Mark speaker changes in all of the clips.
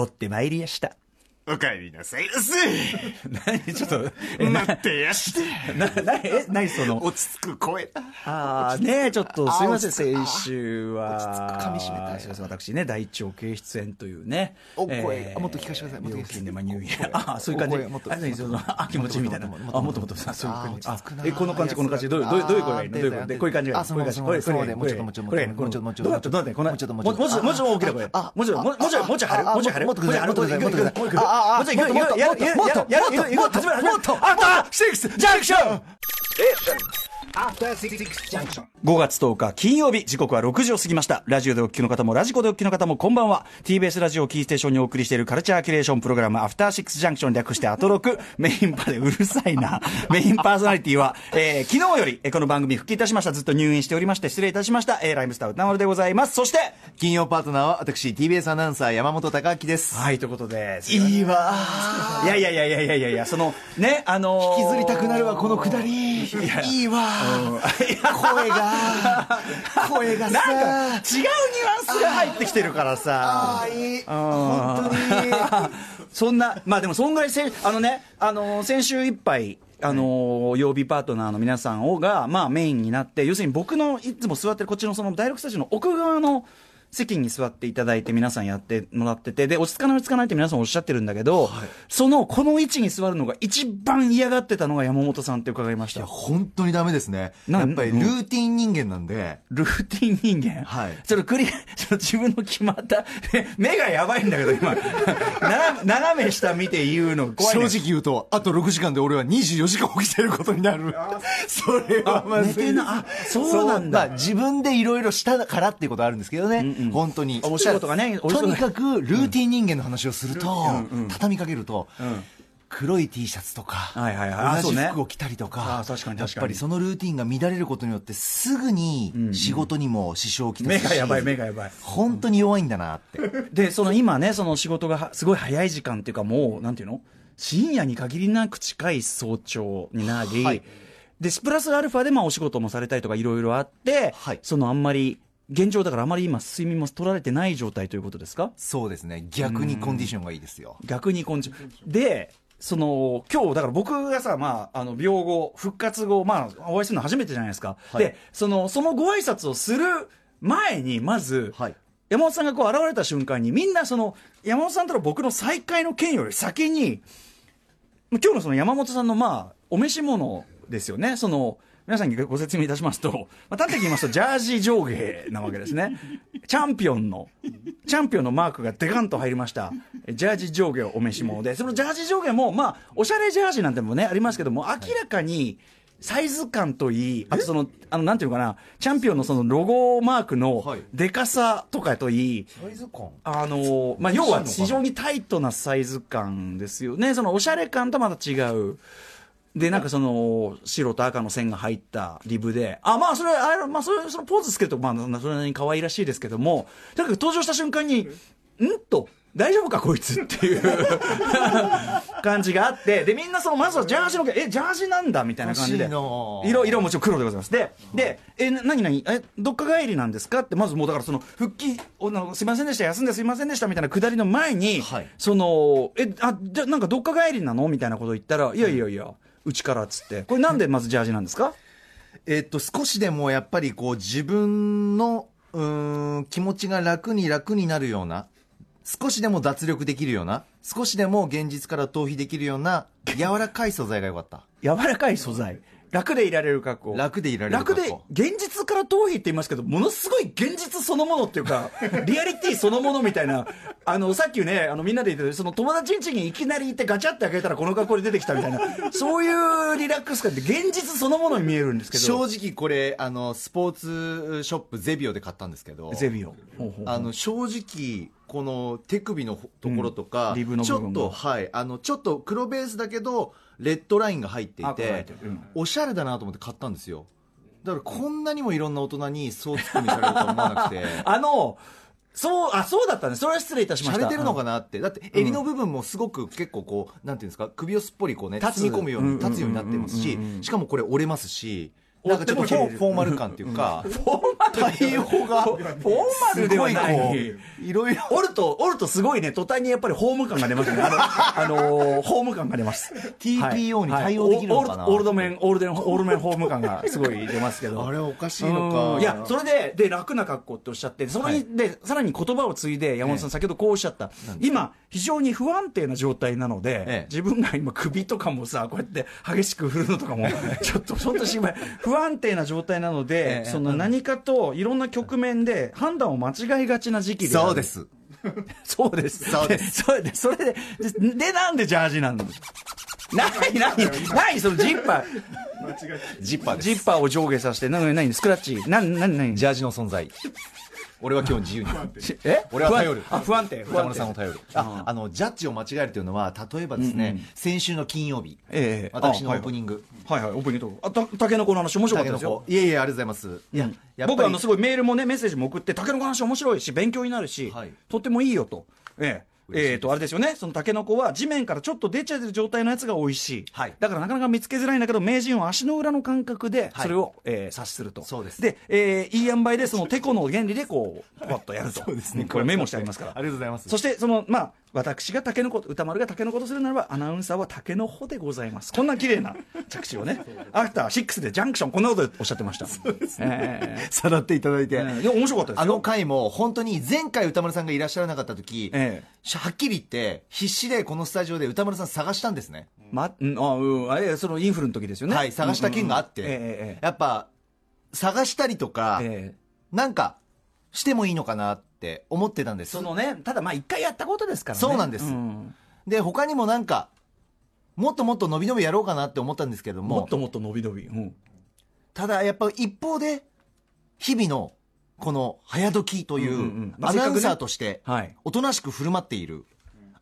Speaker 1: 追ってまいりやした。
Speaker 2: おかえりなさ いま
Speaker 1: 何ちょっと、
Speaker 2: せ。待ってやして。
Speaker 1: な、な、え、何その、
Speaker 2: 落ち着く声だ。
Speaker 1: ああ、ねえ、ちょっとすいません、
Speaker 2: あー
Speaker 1: 先
Speaker 2: 落ち着く
Speaker 1: 週は。
Speaker 2: 落ち着く噛み締めたい
Speaker 1: そうです私ね、大腸憩室炎というね。
Speaker 2: お声あもっと聞かせてくださいもっと聞
Speaker 1: 病
Speaker 2: かせ
Speaker 1: 気
Speaker 2: て
Speaker 1: で、まあ、
Speaker 2: お
Speaker 1: 入院
Speaker 2: 声。
Speaker 1: ああ、そういう感じ。
Speaker 2: お声もっと
Speaker 1: あ何そのあ気持ちいいみたいな。あ、
Speaker 2: も
Speaker 1: も
Speaker 2: っ
Speaker 1: っ
Speaker 2: と
Speaker 1: と
Speaker 2: もっ
Speaker 1: も
Speaker 2: と
Speaker 1: っと、あそういう感じ。
Speaker 2: あ
Speaker 1: あ
Speaker 2: 落ち着くな、
Speaker 1: え、この感じ、この感じ、どういう、どういうどういう声がいいのどういう声こういう感じがいいのこういう感じ。
Speaker 2: あ
Speaker 1: こういう
Speaker 2: そう
Speaker 1: 感じ。
Speaker 2: そう
Speaker 1: こういう感じ
Speaker 2: そう
Speaker 1: こういう感じ
Speaker 2: もう
Speaker 1: こういう感じ
Speaker 2: ちょっともうちょっと
Speaker 1: どうだったどうだったこんな
Speaker 2: もう
Speaker 1: も
Speaker 2: ちょっ
Speaker 1: うちょっと
Speaker 2: と
Speaker 1: もうちょっと大きな声。
Speaker 2: ああ
Speaker 1: もうちょっと、もうちょっと、もうちょっと張る。
Speaker 2: あ
Speaker 1: もうちょっと張る。
Speaker 2: もっとください
Speaker 1: もうちょっと張る。
Speaker 2: もっとくだ
Speaker 1: もうち
Speaker 2: さい
Speaker 1: ょっと
Speaker 2: ああ
Speaker 1: 張る。もうちょっと
Speaker 2: もっと
Speaker 1: やるやる
Speaker 2: もっと
Speaker 1: やるやるやる
Speaker 2: もっと
Speaker 1: やる
Speaker 2: もっと
Speaker 1: 始まる始まるアフターシックスジャンクシ
Speaker 3: After Six
Speaker 1: ョン
Speaker 3: Junction.
Speaker 1: 5月10日金曜日時刻は6時を過ぎましたラジオでお聞きの方もラジコでお聞きの方もこんばんは TBS ラジオをキーステーションにお送りしているカルチャーキュレーションプログラムアフターシックスジャンクション略してアトロク メインパでうるさい なメインパーソナリティは、えー昨日よりえーこの番組復帰いたしましたずっと入院しておりまして失礼いたしました、えーライムスター歌丸でございますそして
Speaker 4: 金曜パートナーは私 TBS アナウンサー山本貴明です
Speaker 1: はいということで
Speaker 4: いいわ
Speaker 1: いやいやいやいやいやいやいやそのねあのー
Speaker 4: 引きずりたくなるわこのくだりいいわ声が声が
Speaker 1: なん
Speaker 4: さ
Speaker 1: か違うニュアンスが入ってきてるからさ
Speaker 4: あいい本当に
Speaker 1: そんな、まあでも、そんぐらいせん、あのね、あのー先週いっぱい、あのー曜日パートナーの皆さんをが、まあ、メインになって、要するに僕のいつも座ってるこっちのその第6スタジオの奥側の席に座っていただいて、皆さんやってもらってて、で、落ち着かない、落ち着かないって皆さんおっしゃってるんだけど、その、この位置に座るのが一番嫌がってたのが山本さんって伺いました。
Speaker 4: 本当にダメですね
Speaker 1: な
Speaker 4: やっぱりルーティン人間なんで
Speaker 1: ルーティン人間
Speaker 4: はい
Speaker 1: それ繰り、その自分の決まった、 目がやばいんだけど、今。 斜め斜め下見て言うの怖い、
Speaker 4: 正
Speaker 1: ね。
Speaker 4: 直言うとあと6時間で俺は24時間起きてることになるそれはまずい
Speaker 1: 寝てなあそうなんだ
Speaker 4: そうまあ、自分でいろいろしたからっていうことあるんですけどね、本当に
Speaker 1: お仕事がねお仕
Speaker 4: と
Speaker 1: 事
Speaker 4: にかくルーティン人間の話をすると、畳みかけると、黒い T シャツとか、
Speaker 1: はいはいはいあ
Speaker 4: 同
Speaker 1: そう
Speaker 4: じ
Speaker 1: ね
Speaker 4: 服を着たりとか
Speaker 1: あ確かに確かに
Speaker 4: やっぱりそのルーティンが乱れることによってすぐに仕事にも支障をきた
Speaker 1: 目
Speaker 4: すし
Speaker 1: がやばい目がやばい
Speaker 4: 本当に弱いんだなって
Speaker 1: でその今ねその仕事がはすごい早い時間っていうかもうなんていうの深夜に限りなく近い早朝になり、でプラスアルファでまあお仕事もされたりとかいろいろあって、
Speaker 4: はい
Speaker 1: そのあんまり現状だからあまり今睡眠も取られてない状態ということですか
Speaker 4: そうですね逆にコンディションがいいですよ
Speaker 1: 逆に今週でその今日だから僕がさ、まあ、あの病後復活後、まあ、お会いするの初めてじゃないですか、
Speaker 4: はい
Speaker 1: でそのそのご挨拶をする前にまず、
Speaker 4: はい
Speaker 1: 山本さんがこう現れた瞬間にみんなその山本さんとの僕の再会の件より先に今日のその山本さんのまあお召し物ですよねその皆さんにご説明いたしますと、 まあ、端的に言いますとジャージ上下なわけですねチャンピオンのチャンピオンのマークがデカンと入りましたえジャージ上下をお召し物でそのジャージ上下もまあおしゃれジャージなんてのもねありますけども明らかにサイズ感といいあとそのあのなんていうのかなチャンピオンのそのロゴマークの
Speaker 4: はい
Speaker 1: でかさとかといい、
Speaker 4: サイズ感
Speaker 1: あのーまあ、要は非常にタイトなサイズ感ですよね、そのおしゃれ感とまた違う。で、なんかその、白と赤の線が入ったリブで、あ、まあ、それ、あれ、まあ、それ、そのポーズつけると、まあ、なそれなりに可愛らしいですけども、とにかく登場した瞬間に、んと、大丈夫か、こいつっていう 感じがあって、で、みんなその、まずはジャージの件、え、ジャージなんだみたいな感じで。
Speaker 4: 欲しいなあ
Speaker 1: 色、色もちろん黒でございます。で、で、え、な何々、え、どっか帰りなんですかって、まずもうだからその、復帰、おなすいませんでした、休んですいませんでしたみたいなくだりの前に、
Speaker 4: はい
Speaker 1: その、え、あ、じゃ、なんかどっか帰りなのみたいなことを言ったら、いやいやいや、うちからっつって、これなんでまずジャージなんですか
Speaker 4: えっと、少しでもやっぱりこう自分の、うーん、気持ちが楽に楽になるような、少しでも脱力できるような、少しでも現実から逃避できるような、柔らかい素材が良かった。
Speaker 1: 柔らかい素材。楽でいられる格好。
Speaker 4: 楽でいられる
Speaker 1: 楽
Speaker 4: 格好
Speaker 1: で、現実から逃避って言いますけど、ものすごい現実そのものっていうか、 リアリティそのものみたいな、あの、さっきね、あの、みんなで言ってたその友達ん家にいきなり行ってガチャって開けたらこの格好で出てきたみたい な、そういうリラックス感って現実そのものに見えるんですけ
Speaker 4: 正
Speaker 1: ど、
Speaker 4: 直これ、あの、スポーツショップゼビオで買ったんですけど、
Speaker 1: ゼビオ。ほうほう
Speaker 4: あの、正直、この手首のところ
Speaker 1: う
Speaker 4: とか、
Speaker 1: んリブの
Speaker 4: ち
Speaker 1: 部
Speaker 4: ょ
Speaker 1: 分
Speaker 4: っ
Speaker 1: が
Speaker 4: と、はい、あの、ちょっと黒ベースだけど、レッドラインが入ってい
Speaker 1: あ入っててるうん
Speaker 4: おしゃれだなと思って買ったんですよ。だからこんなにもいろんな大人にそうツッコミされるとは思わなくて。
Speaker 1: あの、そう、あ、そうだったね。それは失礼いたしま
Speaker 4: 洒
Speaker 1: した。
Speaker 4: 落てるのかなって、だって襟の部分もすごく結構こう、なんていうんですか、首をすっぽりこうね、
Speaker 1: 立つ
Speaker 4: 包み込むよう
Speaker 1: うん
Speaker 4: に立つようになってますし
Speaker 1: うんうんうんう、
Speaker 4: しかもこれ折れますし、
Speaker 1: 折
Speaker 4: な
Speaker 1: っ
Speaker 4: んか
Speaker 1: て
Speaker 4: ちょ
Speaker 1: も
Speaker 4: っと
Speaker 1: 切れ
Speaker 4: フ
Speaker 1: る
Speaker 4: ォーマル感っていうか、
Speaker 1: フォーマ
Speaker 4: 対応が
Speaker 1: フォーマルではない
Speaker 4: すごいこういろいろ
Speaker 1: オルト、オルトすごいね、途端にやっぱりホーム感が出ますね。 あの、あのーホーム感が出ます。
Speaker 4: TPO に
Speaker 1: はい
Speaker 4: 対応できるのかな
Speaker 1: はいオールオールドメン、オールデン、オールメンホーム感がすごい出ますけど。
Speaker 4: あれおかしいのか
Speaker 1: うんいや、それで、で、楽な格好っておっしゃって、それに、
Speaker 4: はい
Speaker 1: で、さらに言葉を継いで、山本さん、先ほどこうおっしゃった。今、非常に不安定な状態なので、
Speaker 4: ええ
Speaker 1: 自分が今首とかもさ、こうやって激しく振るのと かも、ちょっと、ちょっと心配。不安定な状態なので、
Speaker 4: ええ
Speaker 1: その何かといろんな局面で判断を間違いがちな時期である。
Speaker 4: そうです
Speaker 1: そうです。。
Speaker 4: そうです
Speaker 1: それで、それで、で、でなんでジャージなんのない、ない、ない、そのジッパー、
Speaker 4: ジッパーです
Speaker 1: ジッパーを上下させて、なに、なに、スクラッチ、なに、なに、なに、
Speaker 4: ジャージの存在俺は今日自由に
Speaker 1: しえ
Speaker 4: 俺は頼る
Speaker 1: 不安あ、不安定。不
Speaker 4: 歌
Speaker 1: 安
Speaker 4: 丸
Speaker 1: 定
Speaker 4: さんを頼るああのジャッジを間違えるというのは例えばですね、先週の金曜日、
Speaker 1: ええ
Speaker 4: 私のオ
Speaker 1: あ
Speaker 4: ープニング、
Speaker 1: はいはい、オープニングトーク。あ、た、タケノコの話面白かったで
Speaker 4: タケ
Speaker 1: す
Speaker 4: ノ
Speaker 1: よ
Speaker 4: コ。いえいえありがとうございます、いややっぱり
Speaker 1: 僕あのすごいメールもねメッセージも送ってタケノコの話面白いし勉強になるし、
Speaker 4: はい
Speaker 1: とってもいいよと。えええー、とあれですよねそのタケノコは地面からちょっと出ちゃってる状態のやつが美味しい、
Speaker 4: はい
Speaker 1: だからなかなか見つけづらいんだけど名人は足の裏の感覚で
Speaker 4: い
Speaker 1: それを、えー察すると
Speaker 4: そうです
Speaker 1: で、えー、いい塩梅でそのテコの原理でこうパッとやる とそうです、ね、これメモしてありますから
Speaker 4: ありがとうございます
Speaker 1: そしてそのまあ私がタケノコ歌丸がタケノコとするならばアナウンサーはタケノホでございますこんな綺麗な着地を ねアフター6でジャンクションこんなことおっしゃってましたそうですね、
Speaker 4: さらっていただいて、
Speaker 1: えーいや面白かったです
Speaker 4: あ
Speaker 1: よ
Speaker 4: の回も本当に前回歌丸さんがいらっしゃらなかった時、
Speaker 1: ええ
Speaker 4: はっきり言って必死でこのスタジオで歌丸さん探したんですね、
Speaker 1: ま、うんあうんあれそのインフルの時ですよね
Speaker 4: はい探した件があって、
Speaker 1: うんうんうんええええ
Speaker 4: やっぱ探したりとか、
Speaker 1: ええ
Speaker 4: なんかしてもいいのかなって思ってたんです
Speaker 1: そのねただまあ一回やったことですからね
Speaker 4: そうなんですで他にもなんかもっともっと伸び伸びやろうかなって思ったんですけども
Speaker 1: もっともっと伸び伸び、うん、
Speaker 4: ただやっぱ一方で日々のこの早時とい
Speaker 1: うんうんうん
Speaker 4: う
Speaker 1: まあ
Speaker 4: アナウンサーとして
Speaker 1: はい
Speaker 4: おとなしく振る舞っている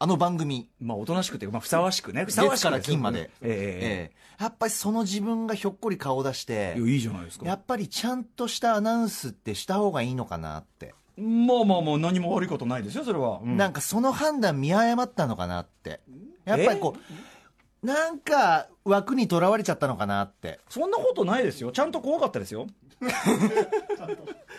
Speaker 4: あの番組
Speaker 1: まあおとなしくて、まあ、ふさわしくねふさわ
Speaker 4: 月
Speaker 1: しく
Speaker 4: から
Speaker 1: すよ
Speaker 4: 金まで、
Speaker 1: えええ
Speaker 4: ええやっぱりその自分がひょっこり顔を出して
Speaker 1: えいやいいじゃないですか
Speaker 4: やっぱりちゃんとしたアナウンスってした方がいいのかなって、
Speaker 1: まあまあまあ何も悪いことないですよそれは、うん
Speaker 4: なんかその判断見誤ったのかなってやっぱりこうなんか枠にとらわれちゃったのかなって
Speaker 1: そんなことないですよちゃんと怖かったですよ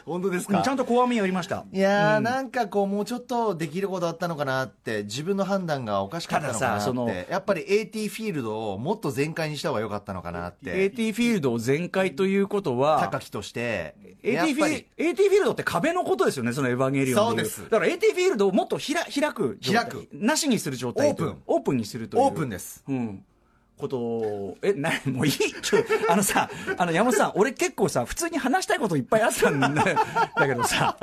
Speaker 4: 本当です
Speaker 1: うんちゃんと怖みやりました
Speaker 4: いやー、なんかこう、もうちょっとできることあったのかなって、自分の判断がおかしかったのか
Speaker 1: ただ
Speaker 4: な
Speaker 1: さ
Speaker 4: っ
Speaker 1: その
Speaker 4: て、やっぱり AT フィールドをもっと全開にした方が良かったのかなって、
Speaker 1: AT フィールドを全開ということは
Speaker 4: 高木として、やっ
Speaker 1: AT フ
Speaker 4: ぱ
Speaker 1: ィ
Speaker 4: り
Speaker 1: ー AT フィールドって壁のことですよね、そのエヴァンゲリオンい
Speaker 4: そうです
Speaker 1: だから AT フィールドをもっとひら開く状態、
Speaker 4: 開く
Speaker 1: なしにする状態という
Speaker 4: オープン
Speaker 1: オープンにするという、
Speaker 4: オープンです。
Speaker 1: うん、ことを、え、な、もういいちょあのさ、あの、山本さん、俺結構さ、普通に話したいこといっぱいあったんだだけどさ、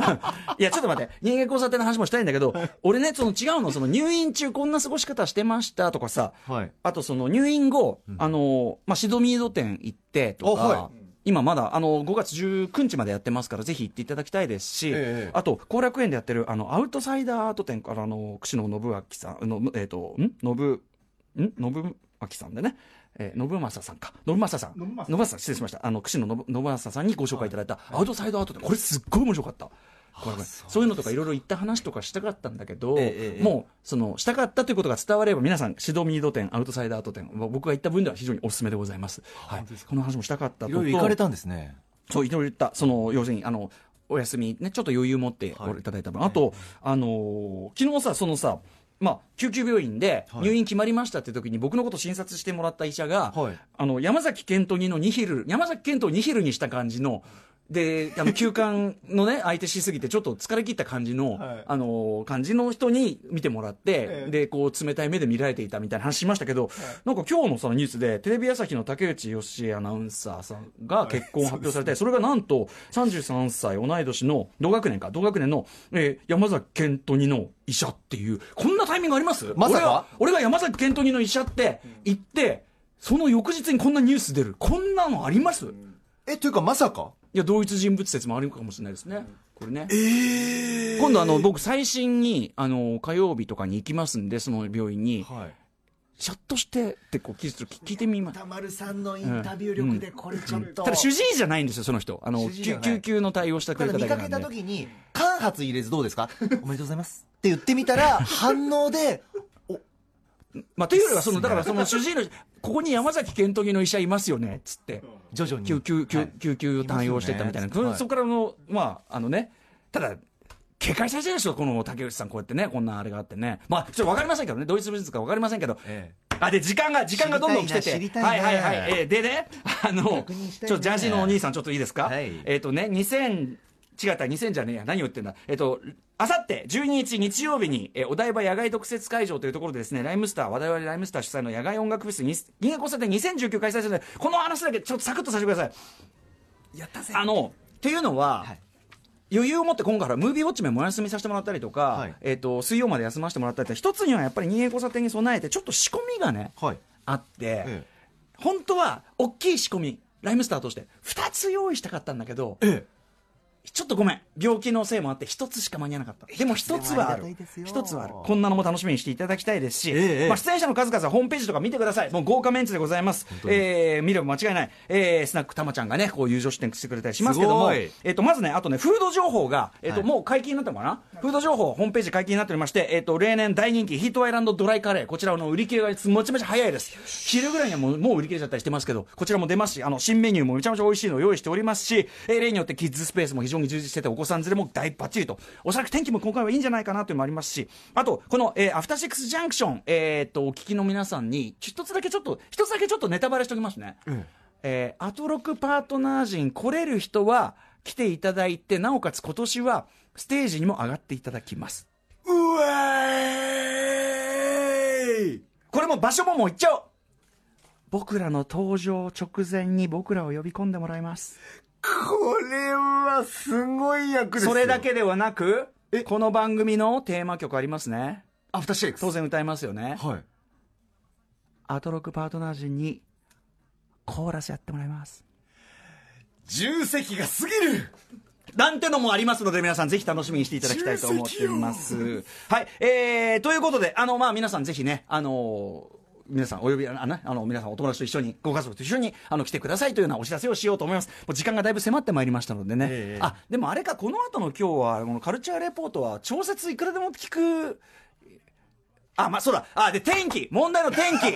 Speaker 1: いや、ちょっと待って、人間交差点の話もしたいんだけど、俺ね、その違うの、その入院中こんな過ごし方してましたとかさ、
Speaker 4: はい
Speaker 1: あとその入院後、あの、まあ、シドミード店行ってとか、
Speaker 4: あは
Speaker 1: 今まだあの5月19日までやってますからぜひ行っていただきたいですし、
Speaker 4: ええ
Speaker 1: あと後楽園でやってるあのアウトサイダーアート展からあの串野信明さんのえっ、とん信ん信明さんでね、えー、信正さんか信正さん信正さん失礼しましたあの串野信信正さんにご紹介いただいたアウトサイダーアート展これすっごい面白かった。後楽園そういうのとかいろいろ言った話とかしたかったんだけど、
Speaker 4: ええええ
Speaker 1: もうそのしたかったということが伝われば皆さんシドミード店アウトサイダーアート展僕が行った分では非常にお勧めでございます、はい、この話もしたかった
Speaker 4: い
Speaker 1: と
Speaker 4: ろいろ行かれたんですね。
Speaker 1: そう、いろいろ言った、その、要するに、あの、お休み、ね、ちょっと余裕持って
Speaker 4: はい
Speaker 1: いただいた分、あと、あのー昨日さ、そのさ、まあ、救急病院で入院決まりましたって時に僕のこと診察してもらった医者が、
Speaker 4: はい
Speaker 1: あの山崎健人にのニヒル山崎健人をニヒルにした感じのであの休館のね相手しすぎてちょっと疲れ切った感じの、
Speaker 2: はい
Speaker 1: あの感じの人に見てもらって、でこう冷たい目で見られていたみたいな話しましたけど、なんか今日のそのニュースでテレビ朝日の竹内義恵アナウンサーさんが結婚を発表されて、それがなんと33歳同い年の同学年か同学年の、えー山崎健人にの医者っていうこんなタイミングあります
Speaker 4: まさか
Speaker 1: 俺は俺が山崎健人の医者って行って、その翌日にこんなニュース出るこんなのあります、い
Speaker 4: え、というかまさか
Speaker 1: や同一人物説もあるかもしれないですねこれね、今度あの僕最新にあの火曜日とかに行きますんでその病院に、
Speaker 4: はい。
Speaker 1: シャッとしてってこう聞いて聞いてみます
Speaker 4: 歌丸さんのインタビュー力でこれちょっと。
Speaker 1: ただ主治医じゃないんですよその人あの
Speaker 4: 主治医じゃ
Speaker 1: 救
Speaker 4: ない
Speaker 1: 救急の対応してく
Speaker 4: た
Speaker 1: れ
Speaker 4: だ
Speaker 1: た
Speaker 4: 見
Speaker 1: だけ
Speaker 4: か
Speaker 1: な
Speaker 4: け
Speaker 1: んで
Speaker 4: た時に、間 髪入れずどうですかおめでとうございます。って言ってみたら、反応で、お、
Speaker 1: まあ、というよりはその、だからその主治医の、ここに山崎健闘の医者いますよねっつって、
Speaker 4: 徐々に
Speaker 1: 救急
Speaker 4: は
Speaker 1: 救
Speaker 4: い
Speaker 1: 救急対応してったみたいな、
Speaker 4: いますよね
Speaker 1: そそこからの、まあ、あのね、ただ、警戒されてるでしょ、この竹内さん、こうやってね、こんなあれがあってね、まあ、ちょっと分かりませんけどね、ドイツ武術か分かりませんけど、
Speaker 4: え
Speaker 1: あで時間が、時間がどんどん来てて、
Speaker 4: 知りたいな知りた
Speaker 1: はいい
Speaker 4: な
Speaker 1: はいはい、えーでね、あの、
Speaker 4: 確認し
Speaker 1: ち
Speaker 4: た
Speaker 1: ょ
Speaker 4: いな
Speaker 1: っとジャージのお兄さん、ちょっといいですか、
Speaker 4: はい
Speaker 1: えっ、とね、2000、違った、2000じゃねえや、何を言ってんだ、えっ、と、あさって12日日曜日に、えーお台場野外特設会場というところでですね、ライムスター、我々ライムスター主催の野外音楽フェスに、銀河交差点2019開催するので、この話だけちょっとサクッとさせてください。
Speaker 2: やったぜ
Speaker 1: あのっていうのは、余裕を持って今回からムービーウォッチメンもお休みさせてもらったりとか、
Speaker 4: はい
Speaker 1: えっと水曜まで休ませてもらったりとか一つにはやっぱり人間交差点に備えてちょっと仕込みがね、
Speaker 4: はい
Speaker 1: あって、
Speaker 4: え
Speaker 1: 本当は大きい仕込みライムスターとして2つ用意したかったんだけど、
Speaker 4: え
Speaker 1: ちょっとごめん病気のせいもあって1つしか間に合わなかったでも1つはある
Speaker 4: 一つでもありがたいですよ
Speaker 1: 1つはあるこんなのも楽しみにしていただきたいですし、
Speaker 4: ええ
Speaker 1: まあ、出演者の数々はホームページとか見てくださいもう豪華メンツでございます、えー見れば間違いない、えースナックたまちゃんがねこう友情出店してくれたりしますけども
Speaker 4: すごい
Speaker 1: えっとまずね、あとね、フード情報が、えっと
Speaker 4: はい
Speaker 1: もう解禁になったのかな、フード情報、ホームページ解禁になっておりまして、えっと例年大人気、ヒートアイランドドライカレー、こちらの売り切れがめちゃめちゃ早いです、昼ぐらいにはもうもう売り切れちゃったりしてますけど、こちらも出ますし、あの新メニューもめちゃめちゃ美味しいのを用意しておりますし、えー例によってキッズスペースも非常に充実してて、お子さん連れも大バッチリと、おそらく天気も今回はいいんじゃないかなというのもありますし、あと、この、えーアフターシックスジャンクション、えーっとお聞きの皆さんに、一つだけちょっと、一つだけちょっとネタバレしておきますね。えーアトロクパートナー陣来れる人は来ていただいてなおかつ今年はステージにも上がっていただきます
Speaker 4: うえーい
Speaker 1: これも場所ももう行っちゃおう僕らの登場直前に僕らを呼び込んでもらい ます
Speaker 4: これはすごい役ですよ
Speaker 1: それだけではなくこの番組のテーマ曲ありますね
Speaker 4: アフターシックス
Speaker 1: 当然歌いますよね
Speaker 4: はい
Speaker 1: アトロクパートナー陣にコーラスやってもらいます
Speaker 4: 重責が過ぎる
Speaker 1: なんてのもありますので、皆さんぜひ楽しみにしていただきたいと思っています。はい。えー、ということで、あの、まあ、皆さんぜひね、あのー皆さんお呼びあなあの皆さんお友達と一緒にご家族と一緒にあの来てくださいというようなお知らせをしようと思いますもう時間がだいぶ迫ってまいりましたのでね、
Speaker 4: ええ
Speaker 1: あでもあれかこの後の今日はこのカルチャーレポートは調節いくらでも聞くあまあそうだあで天気問題の天気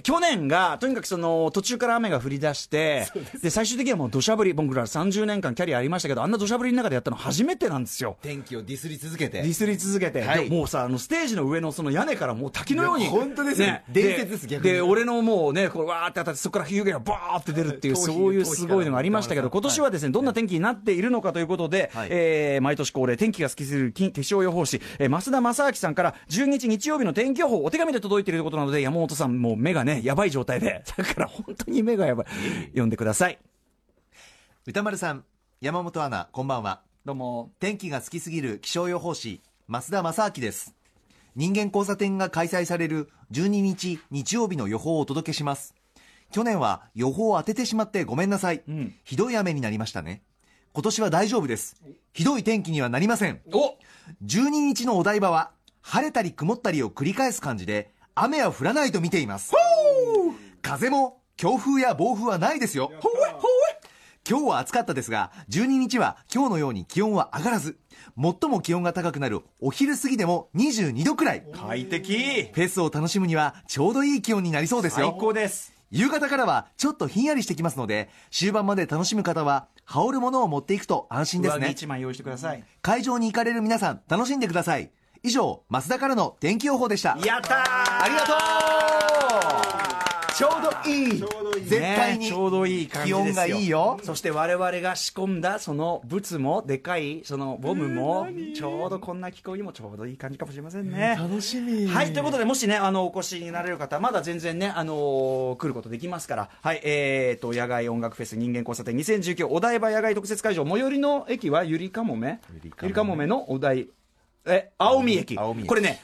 Speaker 1: 去年がとにかくその途中から雨が降り出してで、最終的にはもう土砂降り、僕ら30年間キャリアありましたけど、あんな土砂降りの中でやったの初めてなんですよ、
Speaker 4: 天気をディスり続けて
Speaker 1: ディスり続けて、
Speaker 4: はい
Speaker 1: でもうさ、あのステージの上のその屋根からもう滝のように、
Speaker 4: いや本当ですよ伝説です逆に
Speaker 1: で、俺のもうね、こうわーって当たって、そこから湯気がバーって出るっていう、
Speaker 4: 頭皮
Speaker 1: そういうすごいのがありましたけど、今
Speaker 4: 頭皮から
Speaker 1: 年はですね、どんな天気になっているのかということで、
Speaker 4: はい
Speaker 1: えー毎年恒例、天気が好きすぎる気気象予報士、えー増田正明さんから、12日日曜日の天気予報、お手紙で届いているということなので、山本さん、もう目がね、やばい状態で、 だから本当に目がやばい、読んでください。
Speaker 4: 歌丸さん山本アナこんばんは
Speaker 1: どうも
Speaker 4: 天気が好きすぎる気象予報士増田正明です人間交差点が開催される12日日曜日の予報をお届けします去年は予報を当ててしまってごめんなさい、
Speaker 1: ん
Speaker 4: ひどい雨になりましたね今年は大丈夫ですひどい天気にはなりません
Speaker 1: お
Speaker 4: 12日のお台場は晴れたり曇ったりを繰り返す感じで雨は降らないと見ています風も強風や暴風はないですよ今日は暑かったですが12日は今日のように気温は上がらず最も気温が高くなるお昼過ぎでも22度くらい
Speaker 1: 快適
Speaker 4: フェスを楽しむにはちょうどいい気温になりそうです
Speaker 1: 最
Speaker 4: よ
Speaker 1: 高です
Speaker 4: 夕方からはちょっとひんやりしてきますので終盤まで楽しむ方は羽織るものを持っていくと安心です
Speaker 1: 上着
Speaker 4: ね
Speaker 1: 一枚用意してください
Speaker 4: 会場に行かれる皆さん楽しんでください以上増田からの天気予報でした
Speaker 1: やったー
Speaker 4: ありがとうちょうどいい絶対に、
Speaker 1: ねちょうどいい感じですよ
Speaker 4: 気温がいいよ
Speaker 1: そして我々が仕込んだそのブツもでかいそのボムもちょうどこんな気候にもちょうどいい感じかもしれませんね、楽しみはいということでもしねあのお越しになれる方まだ全然ねあのー来ることできますからはいえー、と野外音楽フェス人間交差点2019お台場野外特設会場最寄りの駅はゆりかもめ
Speaker 4: ゆりかもめ
Speaker 1: ゆりかもめのお台え青海駅
Speaker 4: 青海駅
Speaker 1: これね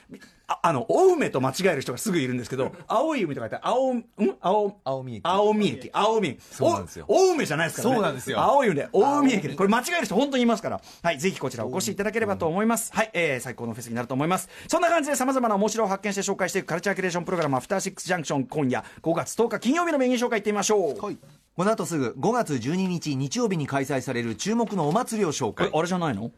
Speaker 1: ああの青梅と間違える人がすぐいるんですけど青い海とか言って青ん青
Speaker 4: 青海駅
Speaker 1: 青海駅青海
Speaker 4: そうなんですよ
Speaker 1: お青梅じゃないですからね
Speaker 4: そうなんですよ
Speaker 1: 青いので青海駅でこれ間違える人本当にいますからはいぜひこちらお越しいただければと思いますはい、えー、最高のフェスになると思いますそんな感じでさまざまな面白を発見して紹介していくカルチャーキュレーションプログラム「アフターシックスジャンクション」今夜5月10日金曜日のメニュー紹介いってみましょうこ
Speaker 4: この後すぐ5月12日日曜日に開催される注目のお祭りを紹
Speaker 1: れ
Speaker 4: 介
Speaker 1: あれじゃないの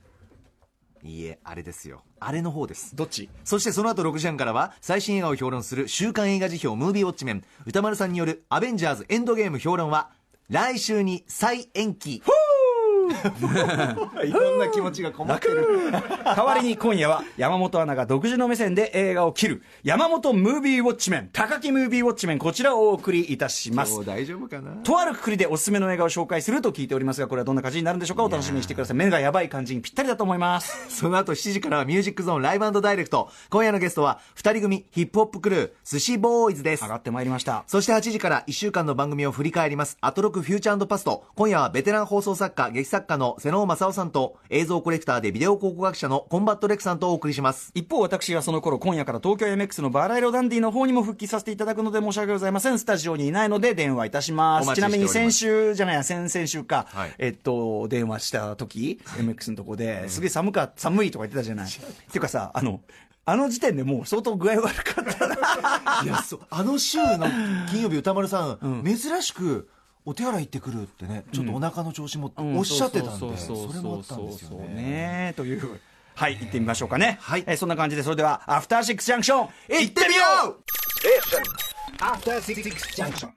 Speaker 4: いいえあれですよあれの方です
Speaker 1: どっち
Speaker 4: そしてその後6時半からは最新映画を評論する週刊映画辞表ムービーウォッチメン歌丸さんによるアベンジャーズエンドゲーム評論は来週に再延期
Speaker 1: いろんな気持ちがこもってる。代わりに今夜は山本アナが独自の目線で映画を切る山本ムービーウォッチメン、高木ムービーウォッチメン、こちらをお送りいたします
Speaker 4: もう。大丈夫かな
Speaker 1: とあるくくりでおすすめの映画を紹介すると聞いておりますが、これはどんな感じになるんでしょうかお楽しみにしてください。目がやばい感じにぴったりだと思い ます。
Speaker 4: その後7時からはミュージックゾーンライブダイレクト今夜のゲストは2人組ヒップホップクルー寿司ボーイズです
Speaker 1: 上がってまいりました。
Speaker 4: そして8時から1週間の番組を振り返ります、アトロクフューチャーパスト。今夜はベテラン放送作家、劇作家の瀬能正夫さんと、映像コレクターでビデオ考古学者のコンバットレクさんとお送りします。
Speaker 1: 一方、私はその頃、今夜から東京 MX のバラ色ダンディの方にも復帰させていただくので申し訳ございません。スタジオにいないので電話いたしま
Speaker 4: お
Speaker 1: す。
Speaker 4: 待
Speaker 1: ち
Speaker 4: ちし
Speaker 1: な
Speaker 4: ており
Speaker 1: み
Speaker 4: ま
Speaker 1: に
Speaker 4: す
Speaker 1: 先週じゃないや、先々週か、
Speaker 4: はい
Speaker 1: えっと、電話した時、MX のとこで、すげえ寒か、寒いとか言ってたじゃ ない。っていうかさ、あの、あの時点でもう相当具合悪かったな。
Speaker 4: いや、そう、あの週の金曜日歌丸さん、珍しく、お手洗い行ってくるってね、ちょっとお腹の調子もっておっしゃってたんで、それもあったんですよ
Speaker 1: そうそうそう
Speaker 4: ね。
Speaker 1: ね。という。はい、行ってみましょうかね。
Speaker 4: はい
Speaker 1: えーそんな感じで、それでは、アフターシックスジャンクション、行ってみよう
Speaker 3: After Six Junction.